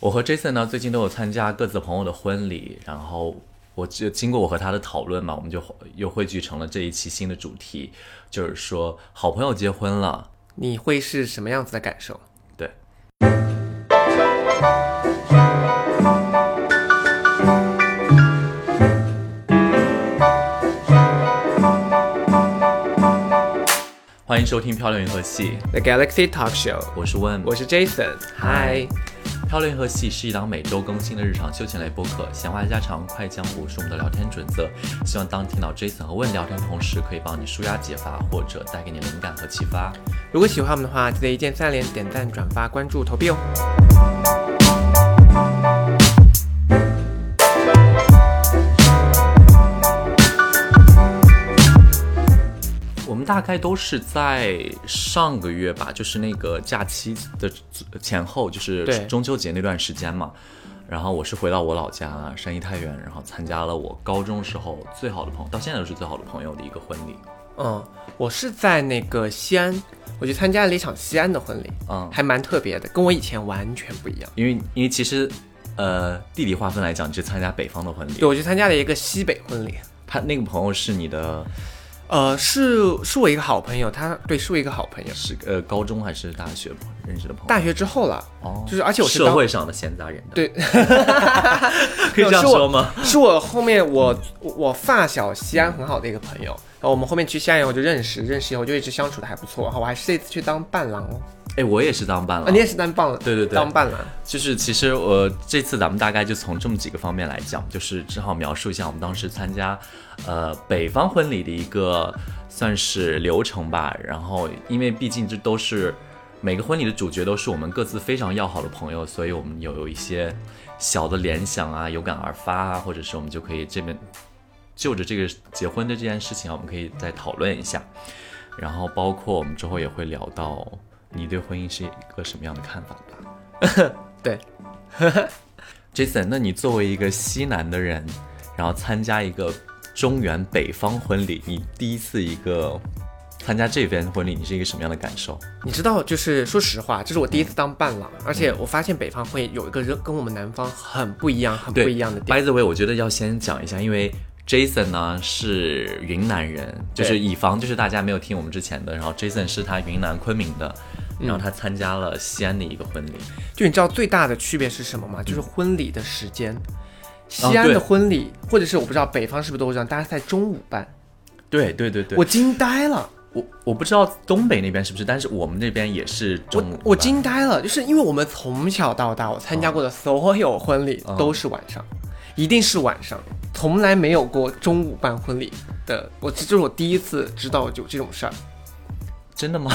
我和 Jason 呢，最近都有参加各自朋友的婚礼，然后我就经过我和他的讨论嘛，我们就又汇聚成了这一期新的主题，就是说好朋友结婚了，你会是什么样子的感受？对。欢迎收听《漂亮银河系》， The Galaxy Talk Show，我是问，我是 Jason，嗨， 《漂流银河系》是一档每周更新的日常休闲类播客，闲话家常、快江湖是我们的聊天准则。希望当听到 Jason 和问聊天的同时，可以帮你舒压解乏，或者带给你灵感和启发。如果喜欢我们的话，记得一键三连、点赞、转发、关注、投币哦。我们大概都是在上个月吧，就是那个假期的前后，就是对中秋节那段时间嘛。然后我是回到我老家山西太原，然后参加了我高中时候最好的朋友，到现在都是最好的朋友的一个婚礼。嗯，我是在那个西安，我去参加了一场西安的婚礼，嗯还蛮特别的，跟我以前完全不一样。因为因为其实，呃，地理划分来讲，你是参加北方的婚礼对，。我去参加了一个西北婚礼，他那个朋友是你的呃，是是我一个好朋友，他对是我一个好朋友，是呃高中还是大学认识的朋友？大学之后了，哦，就是而且我是社当会上的闲杂人等，对 可以这样说吗？ 是我后面我我我发小西安很好的一个朋友，然后我们后面去西安以后就认识，认识以后就一直相处的还不错，然后我还是这次去当伴郎哦，哎，我也是当伴啊你郎，也是当伴郎，对对对当伴郎，就是其实我这次咱们大概就从这么几个方面来讲，就是正好描述一下我们当时参加呃北方婚礼的一个算是流程吧。然后因为毕竟这都是每个婚礼的主角都是我们各自非常要好的朋友，所以我们有有一些小的联想啊，有感而发啊，或者是我们就可以这边就着这个结婚的这件事情啊，我们可以再讨论一下。然后包括我们之后也会聊到你对婚姻是一个什么样的看法吧。对， Jason，那你作为一个西南的人，然后参加一个中原北方婚礼，你第一次一个参加这边婚礼，你是一个什么样的感受？你知道，就是说实话，这是我第一次当伴郎，而且我发现北方会有一个人跟我们南方很不一样、很不对一样的点。 By the way，我觉得要先讲一下，因为 Jason 呢是云南人，就是对以防就是大家没有听我们之前的，然后 Jason 是他云南昆明的，然后他参加了西安的一个婚礼，就你知道最大的区别是什么吗？就是婚礼的时间。西啊安嗯对的婚礼，或者是我不知道北方是不是都这样，大家在中午办，对对对对，我我惊呆了。我我不知道东北那边是不是，但是我们那边也是中午我我吧嗯惊呆了，就是因为我们从小到大，我参加过的所有婚礼哦都是晚上，一定是晚上，从来没有过中午办婚礼的。我这这是我第一次知道有这种事儿。真的吗？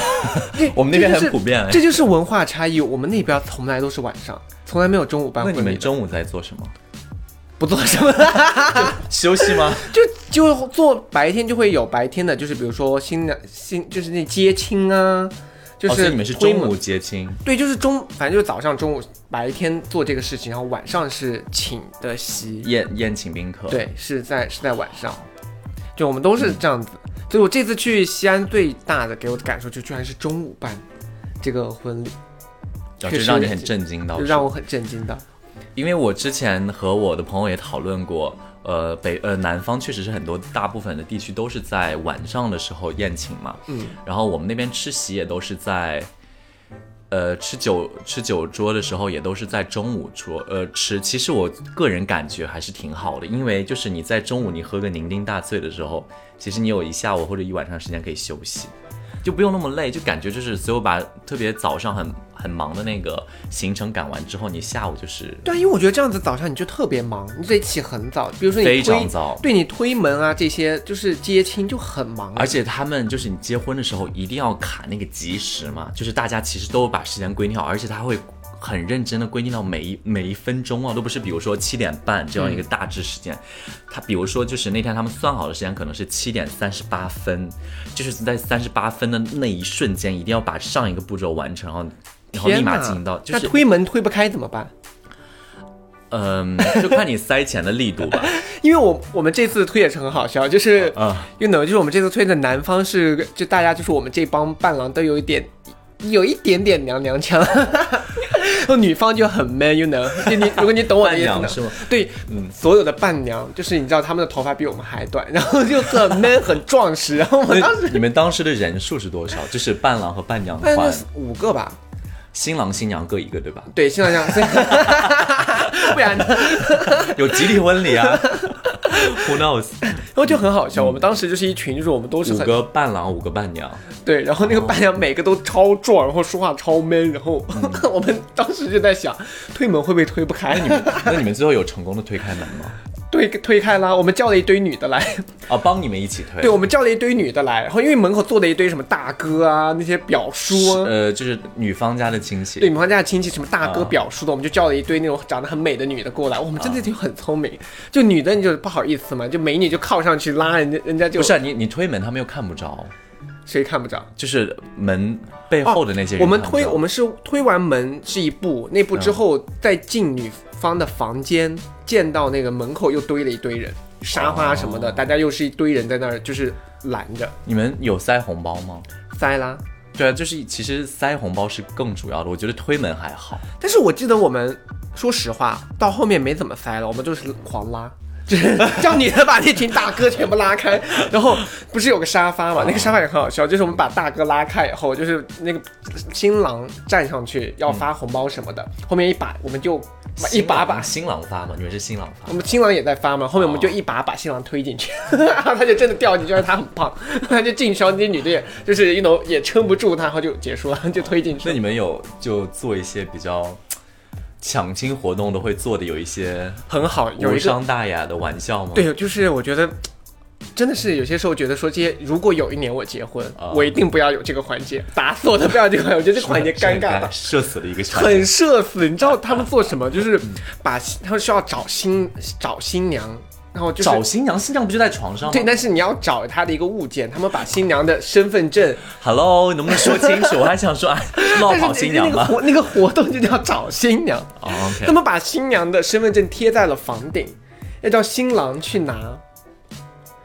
这 我们那边这很就是普遍哎这就是文化差异。我们那边从来都是晚上，从来没有中午办那你婚礼们的，中午在做什么？不做什么， 休息吗？就就做白天就会有白天的，就是比如说新娘新就是那接亲啊，就哦所是、以你们是中午。结亲，对，就是中，反正就是早上、中午、白天做这个事情，然后晚上是请的席，宴宴请宾客。，对，是在是在晚上，就我们都是这样子。所以我这次去西安最大的给我的感受，就居然是中午办这个婚礼，这确实让你很震惊到就。让我很震惊的。因为我之前和我的朋友也讨论过，呃，北呃南方确实是很多大部分的地区都是在晚上的时候宴请嘛，嗯，然后我们那边吃席也都是在，呃，吃酒吃酒桌的时候也都是在中午桌呃吃。其实我个人感觉还是挺好的，因为就是你在中午你喝个酩酊大醉的时候，其实你有一下午或者一晚上时间可以休息，就不用那么累，就感觉就是所有把特别早上很很忙的那个行程赶完之后，你下午就是对啊，因为我觉得这样子早上你就特别忙，你得起很早，比如说你非常推早对你推门啊这些，就是接亲就很忙。而且他们就是你结婚的时候一定要卡那个吉时嘛，就是大家其实都把时间规定好，而且他会很认真的规定到每一每一分钟啊，都不是比如说七点半这样一个大致时间，他比如说就是那天他们算好的时间可能是七点三十八分，就是在三十八分的那一瞬间一定要把上一个步骤完成，然后然后立天马哪，进行到，就那是推门推不开怎么办？嗯，就看你塞钱的力度 吧，因为我我们这次推也是很好笑，就是啊、 you know，就是我们这次推的南方是， 就大家就是我们这帮伴郎都有一点，有一点点娘娘腔，女方就很 man，you know，就你如果你懂我的伴意思娘呢是吗？对，嗯所有的伴娘，就是你知道她们的头发比我们还短，然后就很 man 很壮实，然后 我当时那你们当时的人数是多少？就是伴郎和伴娘哎那换是五个吧，新郎新娘各一个，对吧？对，新郎新娘所以 不然呢？ 有集体婚礼啊 ，Who knows？然后就很好笑，我们当时就是一群，就是我们都是五很个伴郎，五个伴娘，对，然后那个哦伴娘每个都超壮，然后说话超 man，然后嗯 我们当时就在想，推门会不会推不开？ 你们那你们最后有成功的推开门吗？推推开啦，我们叫了一堆女的来，啊，帮你们一起推。对，我们叫了一堆女的来，然后因为门口坐了一堆什么大哥啊，那些表叔啊，呃，就是女方家的亲戚。对，，女方家的亲戚什么大哥啊表叔的，我们就叫了一堆那种长得很美的女的过来，我们真的就很聪啊明，就女的你就不好意思嘛，就美女就靠上去拉人家，人家就不是、啊、你，你推门他们又看不着，谁看不着。就是门背后的那些人、哦我们推，我们是推完门是一步，那嗯步之后再进女方的房间，见到那个门口又堆了一堆人，沙发什么哦的，大家又是一堆人在那儿，就是拦着你们有塞红包吗？塞啦。对啊，就是其实塞红包是更主要的，我觉得推门还好。但是我记得我们说实话，到后面没怎么塞了，我们就是狂拉。 就是叫女的把那群大哥全部拉开，然后不是有个沙发嘛？那个沙发也很好笑，就是我们把大哥拉开以后，就是那个新郎站上去要发红包什么的，后面一把我们就一把把嗯新郎发嘛，你们是新郎发我，们新郎也在发嘛，后哦面我们就一把把新郎推进去， 他就真的掉进去，而且他很胖， 他就进伤，那女的也就是一种也撑不住他，然后就结束了，就推进那去。你们有就做一些比较抢亲活动都会做的有一些很好，有无一个伤大雅的玩笑吗？， 对，就是我觉得真的是有些时候觉得说这些，如果有一年我结婚，啊我一定不要有这个环节，打死我都不要这个环节，我觉得这个环节尴尬到社死的一个场景。很社死，你知道他们做什么？就是把他们需要找新找新娘，然后就是找新娘，新娘不就在床上吗对，但是你要找她的一个物件，他们把新娘的身份 证？Hello，能不能说清楚？我还想说， 哎，落但是跑新娘那个吗？活那个活动就叫找新娘，哦他，OK，们把新娘的身份证贴在了房顶，要叫新郎去拿，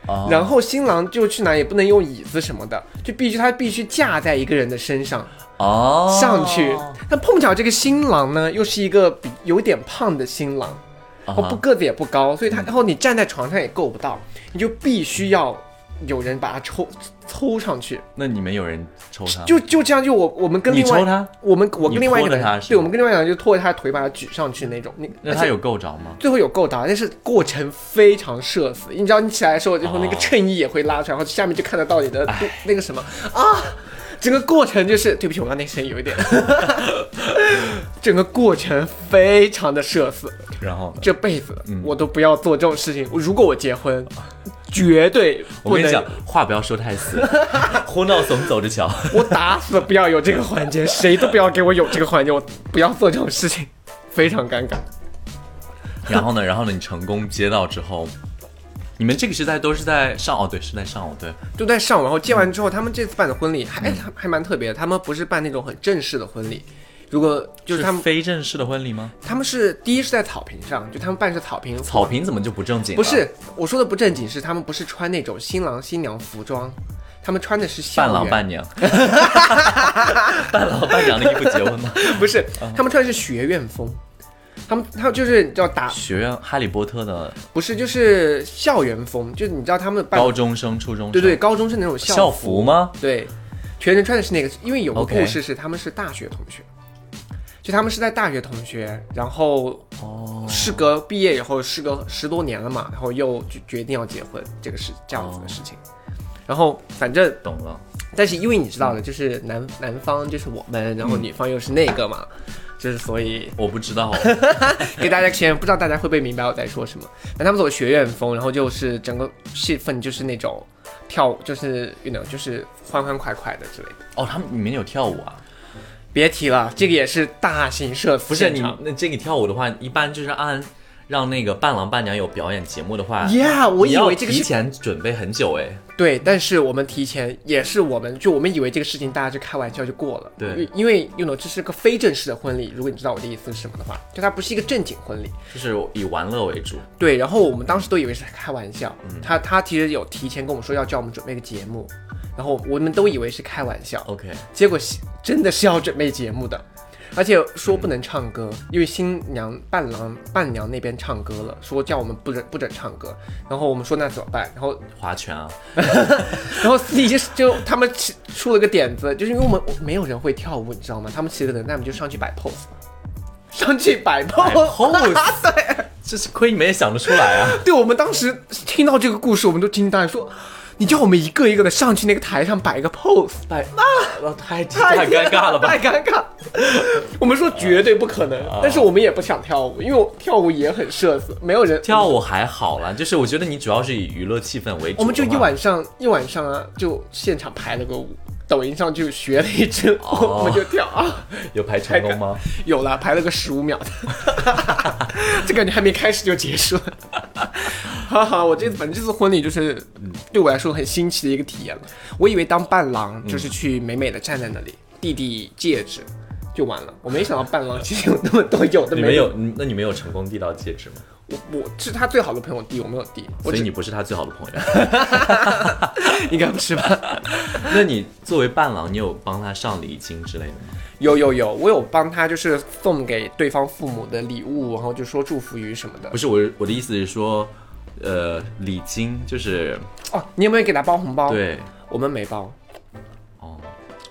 哦然后新郎就去拿，也不能用椅子什么的，就必须他必须架在一个人的身上哦，上去。但碰巧这个新郎呢，又是一个比有点胖的新郎，啊嗯然后不个子也不高，所以他然后你站在床上也够不到，你就必须要有人把他抽抽上去。那你们有人抽他？就就这样，就我我们跟啊你另外抽他，我们我跟另外一你拖个着人他，是对，吗我们跟另外一个人就拖着他的腿把他举上去那种。你那他有够着吗？最后有够到，但是过程非常社死。你知道你起来的时候，然后那个哦衬衣也会拉出来，然后下面就看得到你 的那个什么啊。整个过程就是，对不起，我刚才那声音有一点， 整个过程非常的社死。然后呢这辈子嗯啊我都不要做这种事情。如果我结婚，绝对我不跟你讲能，，话不要说太死，胡闹怂走着瞧。 我打死不要有这个环节，谁都不要给我有这个环节，我不要做这种事情，非常尴尬。然后呢，然后呢，你成功接到之后，你们这个是在都是在上哦，对，是在上哦，对，就在上，然后接完之后，他们这次办的婚礼嗯还哎还还蛮特别的，他们不是办那种很正式的婚礼，如果就是他们非正式的婚礼吗？他们是第一是在草坪上，就他们办是草坪，草坪怎么就不正经了？不是我说的不正经，是他们不是穿那种新郎新娘服装，他们穿的是校伴园郎伴 娘，伴郎伴娘嗯的衣服结婚吗？ 不是，他们穿的是学院风，他们他们就是你知道打学院哈利波特的不是就是校园风，就是你知道他们办高中生、初中生，对对高中是那种校校服吗？对，全程穿的是那个，因为有个 OK 故事是他们是大学同学就他们是在大学同学，然后哦，事隔毕业以后，事隔十多年了嘛，然后又就决定要结婚，这个是这样子的事情。然后反正，懂了。但是因为你知道的，就是男男方就是我们，然后女方又是那个嘛，就是所以我不知 道，给大家先不知道大家会不会明白我在说什么。那他们走学院风，然后就是整个气氛就是那种跳舞，就是那种就是欢欢快快的之类的。哦，他们你们有跳舞啊？别提了，这个也是大型社不不是你那这个跳舞的话，一般就是按让那个伴郎伴娘有表演节目的话， ，Yeah，我啊你以要为这个提是前准备很久哎。对，但是我们提前也是我们就我们以为这个事情大家就开玩笑就过了，对，因为 you know 这是个非正式的婚礼，如果你知道我的意思是什么的话，就它不是一个正经婚礼，就是以玩乐为主，对，然后我们当时都以为是开玩笑，嗯他他其实有提前跟我们说要叫我们准备个节目，然后我们都以为是开玩笑， OK，结果是真的是要准备节目的。而且说不能唱歌，因为新娘伴郎伴娘那边唱歌了，说叫我们不准不准唱歌。然后我们说那怎么办？然后 划拳啊，然后司仪就就他们起出了个点子，就是因为我们没有人会跳舞，你知道吗？他们起了个点子，那我们就上去摆 pose，上去摆 pose，哎 pose 这是亏你们也想得出来啊！对，我们当时听到这个故事，我们都惊呆，说你叫我们一个一个的上去那个台上摆个 pose，太那太 太尴尬了吧 啊太？尴尬。我们说绝对不可能，但是我们也不想跳舞，因为我跳舞也很社死，没有人跳舞还好啦，就是我觉得你主要是以娱乐气氛为主的话，我们就一晚上一晚上啊，就现场排了个舞，抖音上就学了一支， 哦我们就跳啊，有排成功吗？有了，排了个十五秒的， 这感觉还没开始就结束了。 哈哈，我这反正这次婚礼就是对我来说很新奇的一个体验了。我以为当伴嗯郎就是去美美的站在那里递递戒指就完了，我没想到伴郎其实有那么多有的你呃没们。有，嗯那你们有成功递到戒指吗？我我是他最好的朋友递，我没有递，我所以只你不是他最好的朋友。 应该不是吧？那你作为伴郎，你有帮他上礼金之类的吗？有有有，我有帮他，就是送给对方父母的礼物，然后就说祝福语什么的不。是，我我的意思是说，呃，礼金就是哦，你有没有给他包红包？，对，我们没包，哦，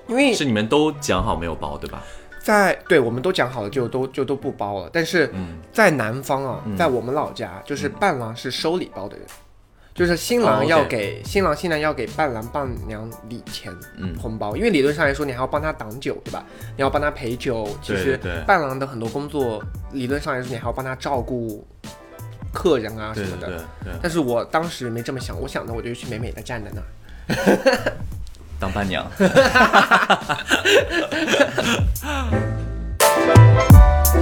因为是你们都讲好没有包对吧？在对我们都讲好了，就都就都不包了。但是嗯在南方啊，在我们老家，就是伴郎是收礼包的人，就是新哦郎，OK 要给、新郎新娘要给伴郎伴娘礼钱、嗯红包，因为理论上来说，你还要帮他挡酒，对吧？你要帮他陪酒，其对实对对伴郎的很多工作，理论上来说，你还要帮他照顾客人啊什对么对的。对对，但是我当时没这么想，我想的我就去美美的站在那儿。当伴娘。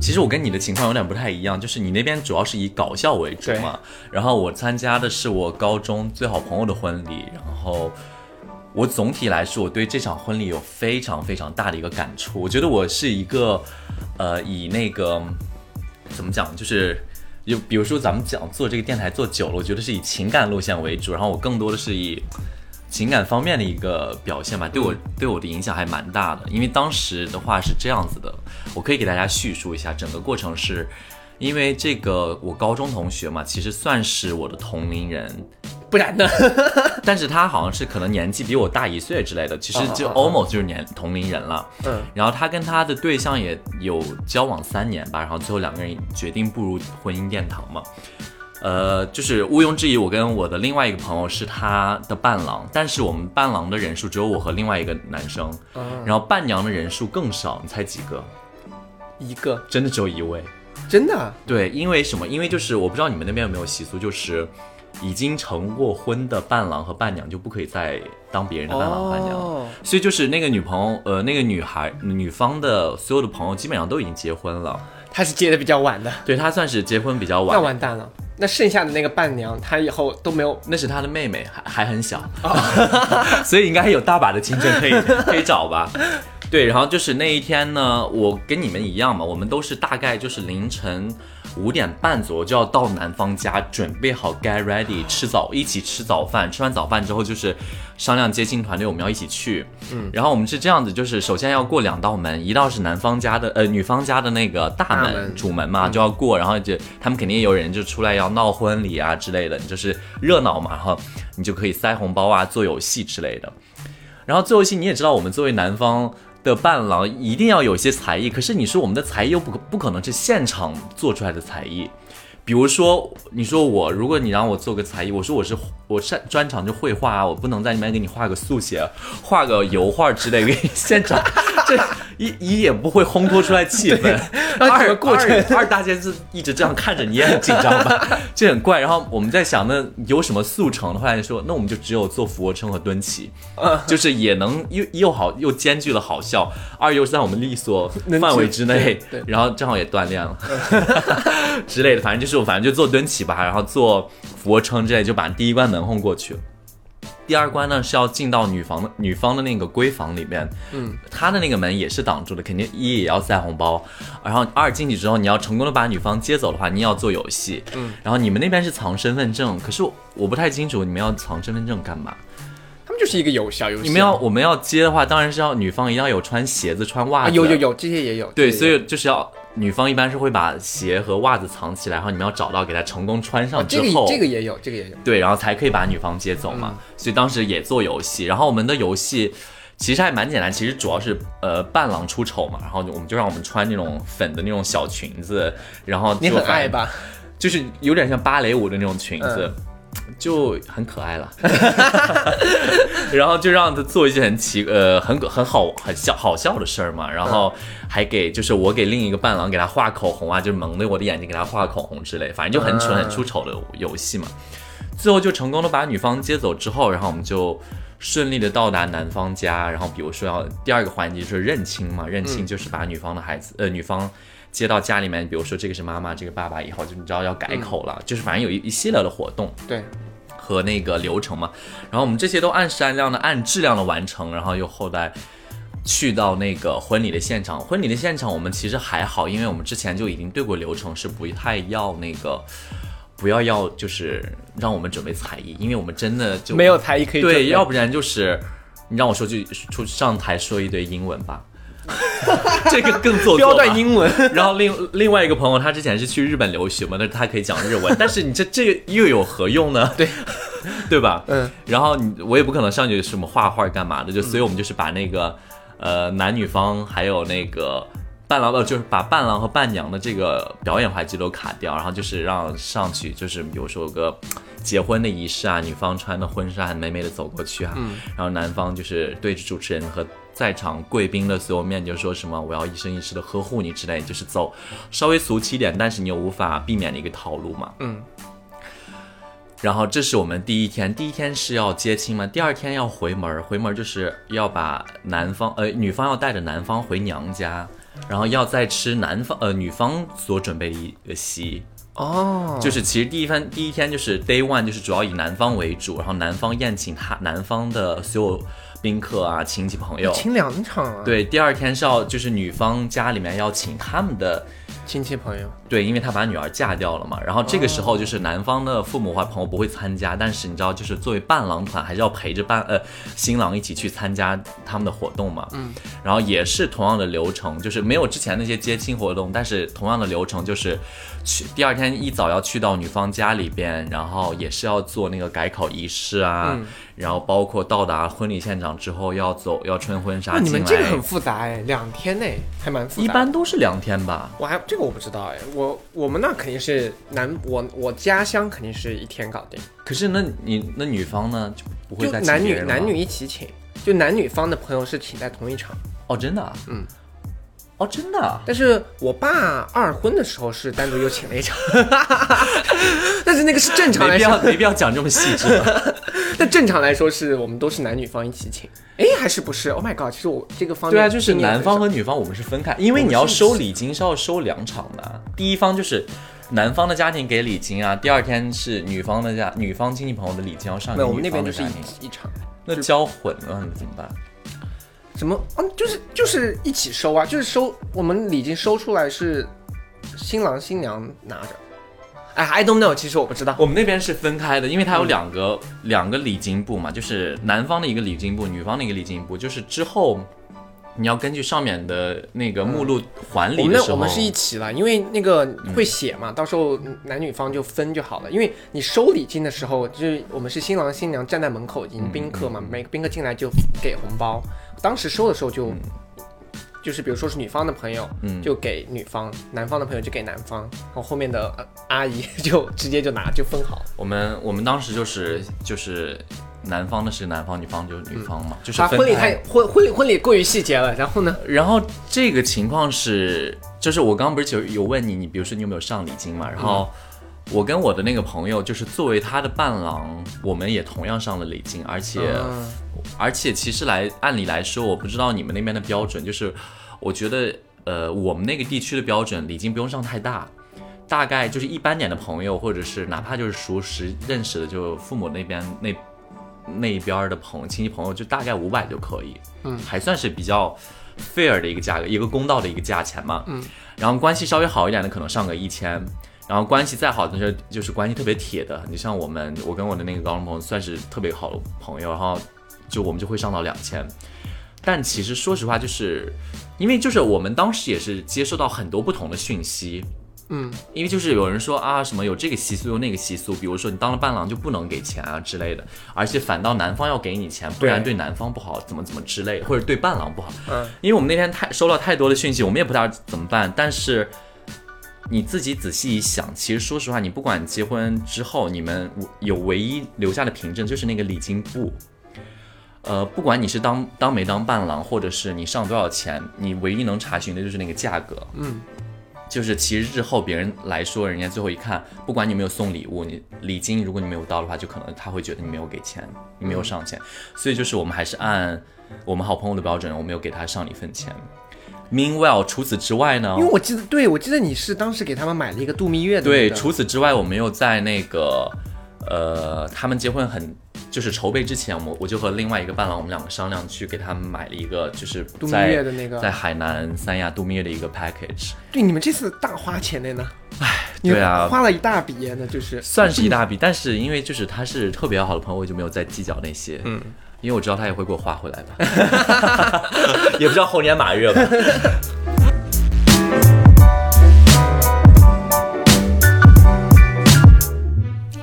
其实我跟你的情况有点不太一样，就是你那边主要是以搞笑为主嘛，然后我参加的是我高中最好朋友的婚礼，然后我总体来说，我对这场婚礼有非常非常大的一个感触。我觉得我是一个，呃，以那个怎么讲，就是。就比如说咱们讲做这个电台做久了，我觉得是以情感路线为主，然后我更多的是以情感方面的一个表现吧，对我对我的影响还蛮大的。因为当时的话是这样子的，我可以给大家叙述一下整个过程是，因为这个我高中同学嘛，其实算是我的同龄人，不然呢？但是他好像是可能年纪比我大一岁之类的，其实就啊啊啊 almost 就是年同龄人了。嗯，然后他跟他的对象也有交往三年吧，然后最后两个人决定步入婚姻殿堂嘛。呃，就是毋庸置疑，我跟我的另外一个朋友是他的伴郎，但是我们伴郎的人数只有我和另外一个男生，然后伴娘的人数更少，你猜几个？一个真的只有一位。真的啊对，因为什么？因为就是我不知道你们那边有没有习俗，就是已经成过婚的伴郎和伴娘就不可以再当别人的伴郎伴娘了。哦所以就是那个女朋友，呃，那个女孩女方的所有的朋友基本上都已经结婚了，他是接的比较晚的，对她算是结婚比较晚那。完蛋了。那剩下的那个伴娘，她以后都没有那是她的妹妹，还还很小， 所以应该还有大把的青春可 以可以找吧。对，然后就是那一天呢，我跟你们一样嘛，我们都是大概就是凌晨五点半左右就要到男方家，准备好 get ready 吃早，一起吃早饭。吃完早饭之后，就是商量接亲团队我们要一起去。嗯，然后我们是这样子，就是首先要过两道门，一道是男方家的呃女方家的那个大大门门嗯主门嘛，就要过，然后就他们肯定有人就出来要闹婚礼啊之类的，就是热闹嘛，然后你就可以塞红包啊、做游戏之类的。然后最后一期你也知道，我们作为男方的伴郎，一定要有一些才艺。可是你说我们的才艺又不不可能是现场做出来的才艺，比如说你说我，如果你让我做个才艺，我说我是我擅专长就绘画啊，我不能在里面给你画个速写，画个油画之类，给你现场 这一一也不会烘托出来气氛。然后整 二个过程二二大仙是一直这样看着你，也很紧张吧？这很怪。然后我们在想，那有什么速成的？后来说，那我们就只有做俯卧撑和蹲起，就是也能又又好又兼具了好笑，二又是在我们力所能范围接之内对对，然后正好也锻炼了 之类的。反正就是我，反正就做蹲起吧，然后做俯卧撑之类，就把第一关门轰过去。第二关呢是要进到女房的女方的那个闺房里面，嗯，她的那个门也是挡住的，肯定一也要塞红包，然后二进去之后，你要成功的把女方接走的话，你也要做游戏，嗯，然后你们那边是藏身份证，可是我我不太清楚你们要藏身份证干嘛，他们就是一个游小游戏。你们要我们要接的话，当然是要女方一定要有穿鞋子穿袜啊？子，有有有，这些也有。对，这些所也有以就是要女方一般是会把鞋和袜子藏起来，然后你们要找到给她成功穿上啊之这后，个嗯这个也有，这个也有。对，然后才可以把女方接走嘛。所以当时也做游戏，然后我们的游戏。其实还蛮简单，其实主要是呃伴郎出丑嘛，然后我们就让我们穿那种粉的那种小裙子，然后你就很反爱嗯吧？就是有点像芭蕾舞的那种裙子，就很可爱了。 然后就让他做一些很奇呃很很好很笑好笑的事儿嘛，然后还给就是我给另一个伴郎给他画口红啊，就蒙着我的眼睛给他画口红之类，反正就很蠢啊很出丑的游戏嘛。最后就成功的把女方接走之后，然后我们就顺利的到达男方家，然后比如说要第二个环节就是认亲嘛，认亲就是把女方的孩子、呃女方接到家里面，比如说这个是妈妈，这个爸爸以后就你知道要改口了，就是反正有一一系列的活动对，和那个流程嘛，然后我们这些都按时按量的按质量的完成，然后又后来。去到那个婚礼的现场，婚礼的现场我们其实还好，因为我们之前就已经对过流程，是不太要那个，不要要就是让我们准备才艺，因为我们真的就没有才艺可以准对，备要不然就是你让我说句出上台说一堆英文 吧，这个更做作吧标段英文。 然后另另外一个朋友，他之前是去日本留学嘛，但是他可以讲日文，但是你这这个又有何用呢？对， 对吧？嗯。然后你我也不可能上去什么画画干嘛的，就所以我们就是把那个呃男女方还有那个。伴郎呃，就是把伴郎和伴娘的这个表演环节都卡掉，然后就是让上去，就是比如说有个结婚的仪式啊，女方穿的婚纱很美美的走过去啊，然后男方就是对着主持人和在场贵宾的所有面就说什么我要一生一世的呵护你之类，就是走稍微俗气一点，但是你又无法避免的一个套路嘛。嗯。然后这是我们第一天，第一天是要接亲嘛，第二天要回门儿，回门儿就是要把男方呃女方要带着男方回娘家，然后要再吃男方呃女方所准备的一个席，哦，就是其实第一番第一天就是 day one，就是主要以男方为主，然后男方宴请他男方的所有宾客啊、亲戚朋友。请两场啊，，对，第二天是要就是女方家里面要请他们的，亲戚朋友，对，因为她把女儿嫁掉了嘛。然后这个时哦候就是男方的父母或朋友不会参加，但是你知道，就是作为伴郎团还是要陪着伴呃新郎一起去参加他们的活动嘛。嗯。然后也是同样的流程，就是没有之前那些接亲活动，但是同样的流程就是去第二天一早要去到女方家里边，然后也是要做那个改口仪式啊，嗯然后包括到达婚礼现场之后要走要穿婚纱哇，你进来。们这个很复杂哎，两天内还蛮复杂。一般都是两天吧。我还这个我不知道哎，我我们那肯定是南，我我家乡肯定是一天搞定，可是那你那女方呢就不会就再请男别女人了吗男女一起请，就男女方的朋友是请在同一场。哦，真的、啊，嗯，哦，真的、啊，但是我爸二婚的时候是单独又请了一场， 但是那个是正常没来必要说，没必要讲这么细致啊 吧。但正常来说是我们都是男女方一起请，哎，还是不是？Oh my god！其实我这个方面对啊，就是经验男很方少和女方我们是分开，因为你要收礼金是要收两场的啊，第一方就是。男方的家庭给礼金啊，第二天是女方的家，女方亲戚朋友的礼金要上给没有，我们女那边方就的是家庭，一一场。那交混了你怎么办？什么？嗯，就是就是一起收啊，就是收我们礼金收出来是新郎新娘拿着。哎，I don't know，其实我不知道。我们那边是分开的，因为它有两个、嗯两个礼金部嘛，就是男方的一个礼金部，女方的一个礼金部，就是之后你要根据上面的那个目录还我礼们的那时候，嗯我们是一起了，因为那个会写嘛，到时候男女方就分就好了。因为你收礼金的时候，就是我们是新郎新娘站在门口嗯迎宾客嘛，每个宾客进来就给红包。当时收的时候就，就是比如说是女方的朋友，嗯就给女方；男方的朋友就给男方，然后后面的呃阿姨 就直接就拿就分好了。我们我们当时就是就是男方的是男方，女方就是女方嘛，就是啊，分婚礼开太婚婚礼婚礼过于细节了，然后呢？然后这个情况是，就是我刚刚不是有有问你，你比如说你有没有上礼金嘛？然后嗯我跟我的那个朋友，就是作为他的伴郎，我们也同样上了礼金，而且、嗯而且其实来按理来说，我不知道你们那边的标准，就是我觉得呃我们那个地区的标准礼金不用上太大。大概就是一般点的朋友，或者是哪怕就是熟识认识的，就父母那边那那一边儿的朋友亲戚朋友，就大概五百就可以，嗯，还算是比较 fair 的一个价格，一个公道的一个价钱嘛，嗯，然后关系稍微好一点的可能上个一千。然后关系再好的就是就是关系特别铁的，你像我们，我跟我的那个高中朋友算是特别好的朋友，然后就我们就会上到两千，但其实说实话，就是因为就是我们当时也是接受到很多不同的讯息，嗯，因为就是有人说啊什么有这个习俗有那个习俗，比如说你当了伴郎就不能给钱啊之类的，而且反倒男方要给你钱，不然对男方不好，怎么怎么之类的，或者对伴郎不好。嗯，因为我们那天太收到太多的讯息，我们也不知道怎么办，但是。你自己仔细一想，其实说实话，你不管结婚之后，你们有唯一留下的凭证就是那个礼金簿，呃，不管你是当当没当伴郎，或者是你上多少钱，你唯一能查询的就是那个价格。嗯，就是其实日后别人来说，人家最后一看，不管你有没有送礼物，你礼金如果你没有到的话，就可能他会觉得你没有给钱，你没有上钱。所以就是我们还是按我们好朋友的标准，我们有给他上一份钱。Meanwhile，除此之外呢因为，我记得，对我记得你是当时给他们买了一个度蜜月的那对，个，除此之外，我们又在那个呃，他们结婚很就是筹备之前，我我就和另外一个伴郎，我们两个商量去给他们买了一个就是度蜜在月的那个在海南三亚度蜜月的一个 package，对你们这次大花钱的呢，哎，你对啊花了一大笔耶，那就是算是一大笔， 但是因为就是他是特别好的朋友，我就没有再计较那些，嗯。因为我知道他也会给我花回来吧， 也不知道猴年马月吧。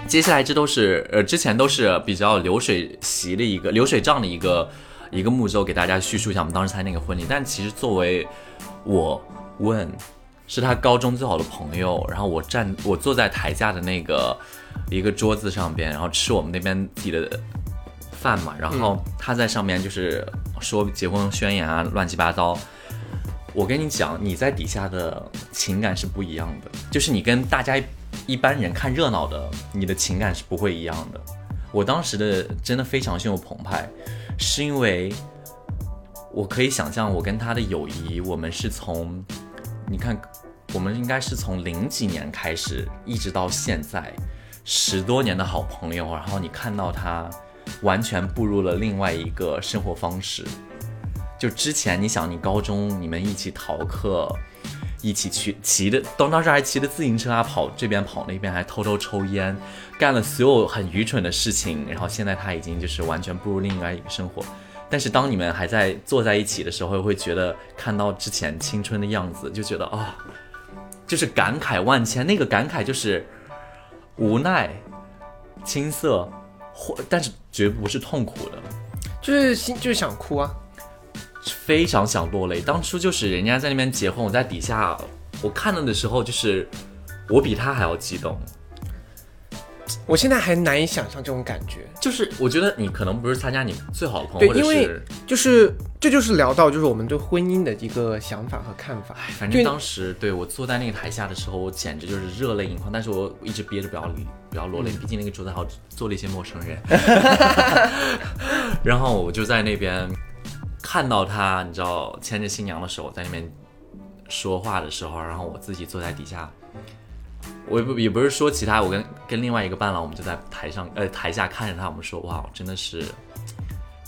接下来这都是呃，之前都是比较流水席的一个流水账的一个一个步骤，给大家叙述一下我们当时参加那个婚礼。但其实作为我问，是他高中最好的朋友，然后我站我坐在台下的那个一个桌子上边，然后吃我们那边自己的饭嘛，然后他在上面就是说结婚宣言啊，乱七八糟。我跟你讲，你在底下的情感是不一样的，就是你跟大家一般人看热闹的，你的情感是不会一样的。我当时的真的非常汹涌澎湃，是因为我可以想象我跟他的友谊，我们是从，你看，我们应该是从零几年开始，一直到现在，十多年的好朋友。然后你看到他完全步入了另外一个生活方式，就之前你想，你高中你们一起逃课，一起去骑的，当当时还骑着自行车啊，跑这边跑那边，还偷偷抽烟，干了所有很愚蠢的事情。然后现在他已经就是完全步入另外一个生活。但是当你们还在坐在一起的时候，会觉得看到之前青春的样子，就觉得啊、就是感慨万千。那个感慨就是无奈、青涩，或但是绝不是痛苦的。就是心就是想哭啊，非常想落泪。当初就是人家在那边结婚，我在底下我看到的时候，就是我比他还要激动。我现在还难以想象这种感觉。就是我觉得你可能不是参加你最好的朋对友，或，者因为是就是这就是聊到就是我们对婚姻的一个想法和看 法。哎反对正当时对我坐在那个台下的时候，我简直就是热泪盈眶，但是我一直憋着不要理不要落泪，毕竟那个桌子还有坐了一些陌生人。 然后我就在那边看到他，你知道牵着新娘的手在那边说话的时候，然后我自己坐在底下，我也不也不是说其他，我跟跟另外一个伴郎，我们就在台上呃台下看着他，我们说哇，真的是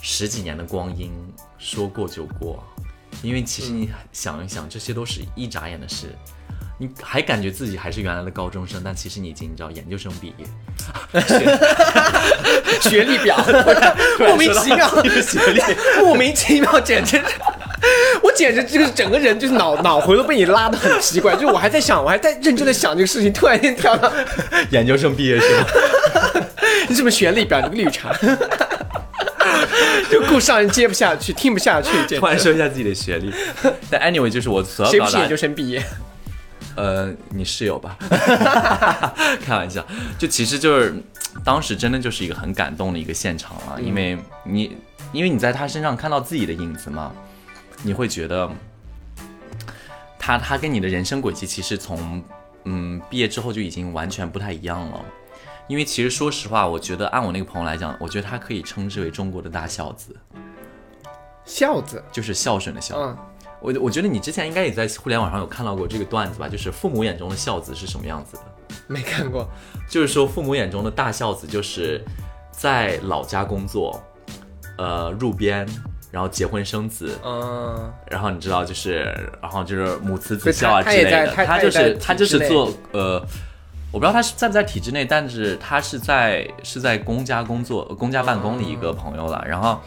十几年的光阴，说过就过。因为其实你想一想，这些都是一眨眼的事，你还感觉自己还是原来的高中生，但其实你已经你知道研究生毕业，学历表，莫名其妙， 学历。莫名其妙，简直 是。我简直就是整个人就是脑脑回路被你拉的很奇怪，就是我还在想，我还在认真的想这个事情，突然间跳到 研究生毕业是吗？你什么学历表，你个绿茶， 就故事让人接不下去，听不下去，简突然直。说一下自己的学历，但 anyway 就是我所要谁不表是达研究，生毕业？呃，你室友吧，开玩笑，就其实就是当时真的就是一个很感动的一个现场了、因为你因为你在他身上看到自己的影子嘛，你会觉得他他跟你的人生轨迹其实从嗯毕业之后就已经完全不太一样了。因为其实说实话，我觉得按我那个朋友来讲，我觉得他可以称之为中国的大孝子， 孝子，就是孝顺的孝。嗯，我我觉得你之前应该也在互联网上有看到过这个段子吧？就是父母眼中的孝子是什么样子的？没看过，就是说父母眼中的大孝子就是在老家工作，呃，入编，然后结婚生子，嗯，然后你知道就是，然后就是母慈子孝啊之所以类他的，他也就在他他也是在他就是体制内做呃，我不知道他是在不在体制内，但是他是在是在公家工作公家办公的一个朋友了，然后。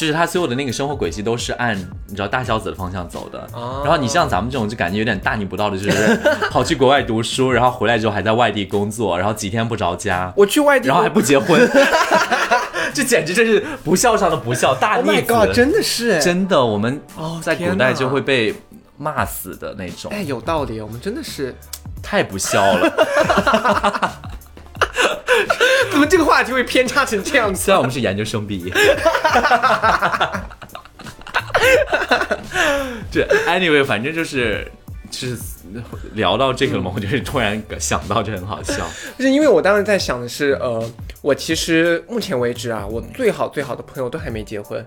就是他所有的那个生活轨迹都是按你知道大小子的方向走的，哦然后你像咱们这种就感觉有点大逆不道的，就是 跑去国外读书，然后回来之后还在外地工作，然后几天不着家，我去外地，然后还不结 婚， 这简直就是不孝上的不孝，大 Oh 逆 my 子。 god，真的是哎，真的，我们哦在天古代哪就会被骂死的那种，哎，有道理，我们真的是， 太不孝了。 怎么这个话题会偏差成这样子？虽然我们是研究生毕业。 这 anyway，反正就是就是聊到这个嗯嘛，我就是突然想到这很好笑。就是因为我当时在想的是，呃，我其实目前为止啊，我最好最好的朋友都还没结婚，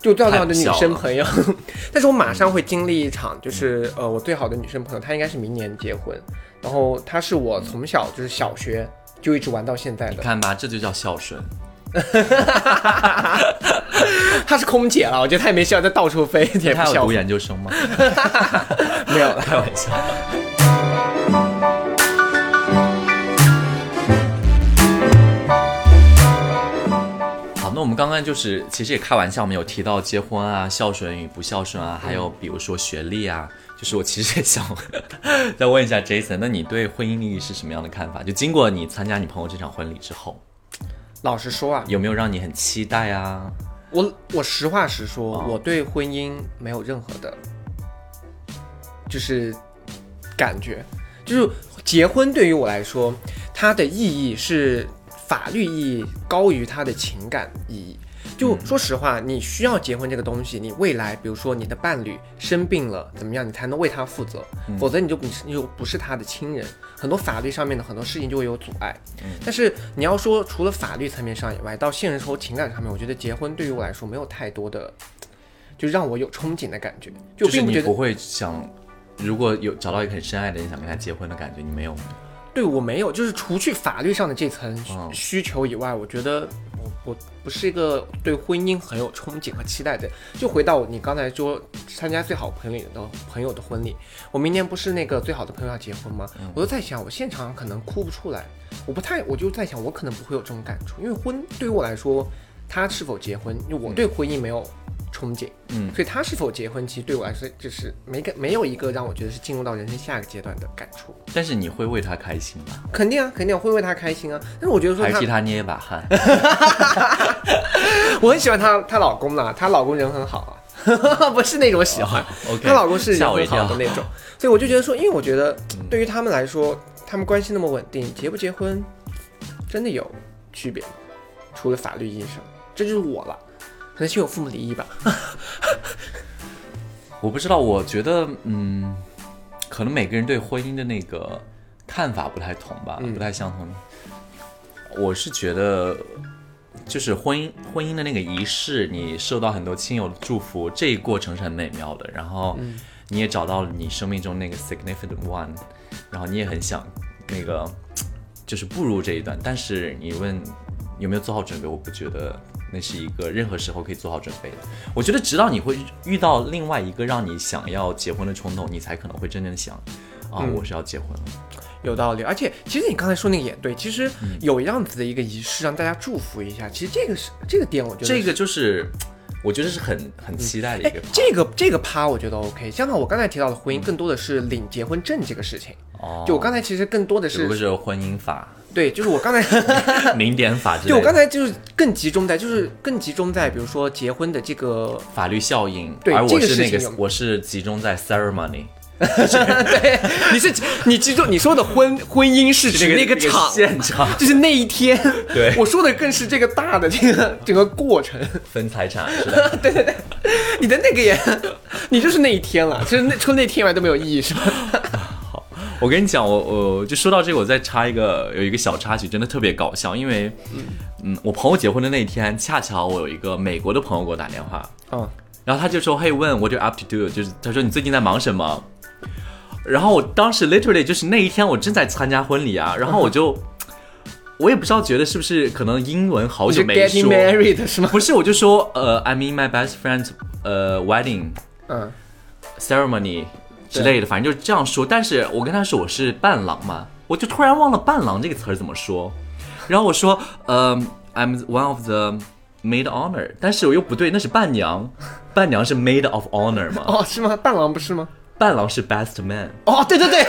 就最好最好的女生朋友， 但是我马上会经历一场，就是呃，我最好的女生朋友，她应该是明年结婚，然后她是我从小就是小学就一直玩到现在你的，看吧，这就叫孝顺。她是空姐了，我觉得她也没需要在到处飞，也不他有小读研究生吗？ 没有了。开玩笑。好，那我们刚刚就是其实也开玩笑，我们有提到结婚啊、孝顺与不孝顺啊，嗯还有比如说学历啊，就是我其实也想再问一下 Jason，那你对婚姻利益是什么样的看法？就经过你参加你朋友这场婚礼之后，老实说啊，有没有让你很期待啊？我我实话实说，我对婚姻没有任何的，就是感觉，就是结婚对于我来说，它的意义是法律意义高于它的情感意义。就嗯说实话，你需要结婚这个东西，你未来比如说你的伴侣生病了怎么样，你才能为他负责，嗯否则你就不是你就不是他的亲人，很多法律上面的很多事情就会有阻碍。嗯但是你要说除了法律层面上以外，到现实生活情感上面，我觉得结婚对于我来说没有太多的，就让我有憧憬的感觉，就就是并不你觉得不会想，如果有找到一个很深爱的人，想跟他结婚的感觉，你没有吗？对我没有，就是除去法律上的这层需嗯需求以外，我觉得我我不是一个对婚姻很有憧憬和期待的。就回到你刚才说参加最好朋友的朋友的婚礼，我明年不是那个最好的朋友要结婚吗？嗯我就在想，我现场可能哭不出来，我不太，我就在想，我可能不会有这种感触，因为婚对于我来说，他是否结婚，因为我对婚姻没有憧憬。嗯，所以他是否结婚，其实对我来说就是没个没有一个让我觉得是进入到人生下一个阶段的感触。但是你会为他开心吗？肯定啊，肯定我会为他开心啊。但是我觉得说还他替，他捏一把 汗。我很喜欢她她老公啦，她老公人很好啊，不是那种喜欢， OK，她、老公是人吓我很一好跳的。那种。所以我就觉得说，因为我觉得嗯对于他们来说，他们关系那么稳定，结不结婚真的有区别吗？除了法律意义上，这就是我了。可能是因为我父母离异吧，我不知道，我觉得，嗯，可能每个人对婚姻的那个看法不太同吧，不太相同。我是觉得，就是婚姻婚姻的那个仪式，你受到很多亲友的祝福，这一过程是很美妙的。然后你也找到了你生命中那个 significant one，然后你也很想那个就是步入这一段，但是你问有没有做好准备，我不觉得那是一个任何时候可以做好准备的。我觉得直到你会遇到另外一个让你想要结婚的冲动，你才可能会真正想，啊，我是要结婚了。有道理。而且，其实你刚才说那个也对，其实有样子的一个仪式让大家祝福一下，其实这个是这个点，我觉得这个就是，我觉得是很很期待的一哎个 part。这个这个趴我觉得 OK，相反我刚才提到的婚姻更多的是领结婚证这个事情，哦，就我刚才其实更多的只不是过是婚姻 法、对，就是我刚才民典法之类 对的。我刚才就是更集中在就是更集中在比如说结婚的这个法律效应，对而这我个是事那情个，有我是集中在 ceremony 对，你是你记住你说的婚婚姻是指那个场，现场 就是那一天。对我说的更是这个大的这个整个过程。分财产之类的。你的那个也，你就是那一天了，就是那除了那天以外都没有意义，是吧？ 我跟你讲，我我就说到这个，我再插一个，有一个小插曲，真的特别搞笑，因为，嗯，我朋友结婚的那一天，恰巧我有一个美国的朋友给我打电话，嗯，然后他就说，Hey, when what do you up to do？就是他说你最近在忙什么？ 然后我当时 literally 就是那一天我正在参加婚礼啊，然后我就我也不知道，觉得是不是可能英文好我久是没 getting 说， married 是吗？不是，我就说呃，I'm in my best friend's 呃 wedding 嗯， ceremony 之类的，反正就是这样说。但是我跟他说我是伴郎嘛，我就突然忘了伴郎这个词儿怎么说。然后我说，呃，I'm one of the maid honor，但是我又不对，那是伴娘，伴娘是 maid of honor 嘛，哦，是吗？伴郎不是吗？伴郎是 best man。哦，对对对，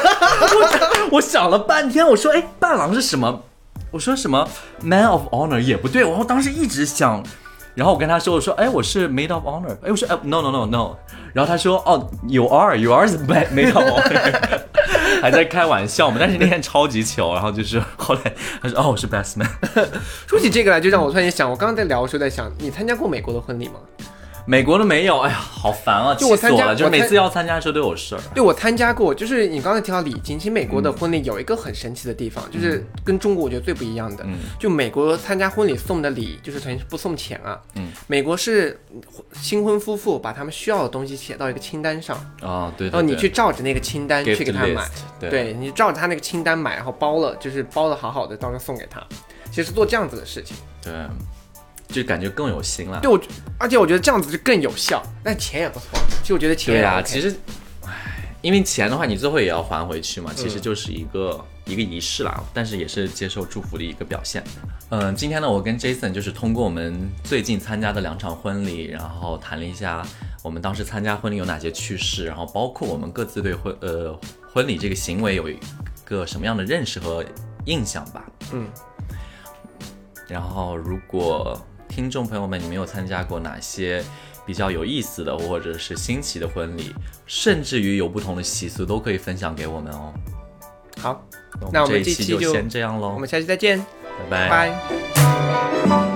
我想了半天，我说，哎，伴郎是什么？我说什么 man of honor 也不对，我当时一直想。然后我跟他说，我说，哎，我是 maid of honor，哎，我说，哎，no no no no。然后他说，哦，you are，you are the ma- maid of honor，还 在开玩笑嘛。但是那天超级糗，然后就是后来他说，哦，我是 best man。说起这个来，就让我突然间想，我刚刚在聊的时候在想，你参加过美国的婚礼吗？美国的没有，哎呀，好烦啊，就气我死我参加了。就是我参每次要参加的时候都有事儿。对，我参加过，就是你刚才提到礼金，其实美国嗯的婚礼有一个很神奇的地方，就是跟中国我觉得最不一样的，嗯就美国参加婚礼送的礼就是等于是不送钱啊，嗯美国是新婚夫妇把他们需要的东西写到一个清单上，啊，对对对。然哦后你去照着那个清单 Gift 去给他买 list，，对你照着他那个清单买，然后包了，就是包的好好的，到时候送给他。其实做这样子的事情，对，就感觉更有心了。对我，而且我觉得这样子就更有效，但钱也不错。其实我觉得钱对也 OK、啊，其实，唉，因为钱的话，你最后也要还回去嘛，其嗯实就是一个、一个仪式啦，但是也是接受祝福的一个表现。嗯，今天呢，我跟 Jason 就是通过我们最近参加的两场婚礼，然后谈了一下我们当时参加婚礼有哪些趣事，然后包括我们各自对婚呃婚礼这个行为有一个什么样的认识和印象吧。嗯，然后，如果听众朋友们你们有参加过哪些比较有意思的或者是新奇的婚礼，甚至于有不同的习俗，都可以分享给我们哦。好，那我那们我这们一这期期就先这样喽哎我，们下期再见，拜拜。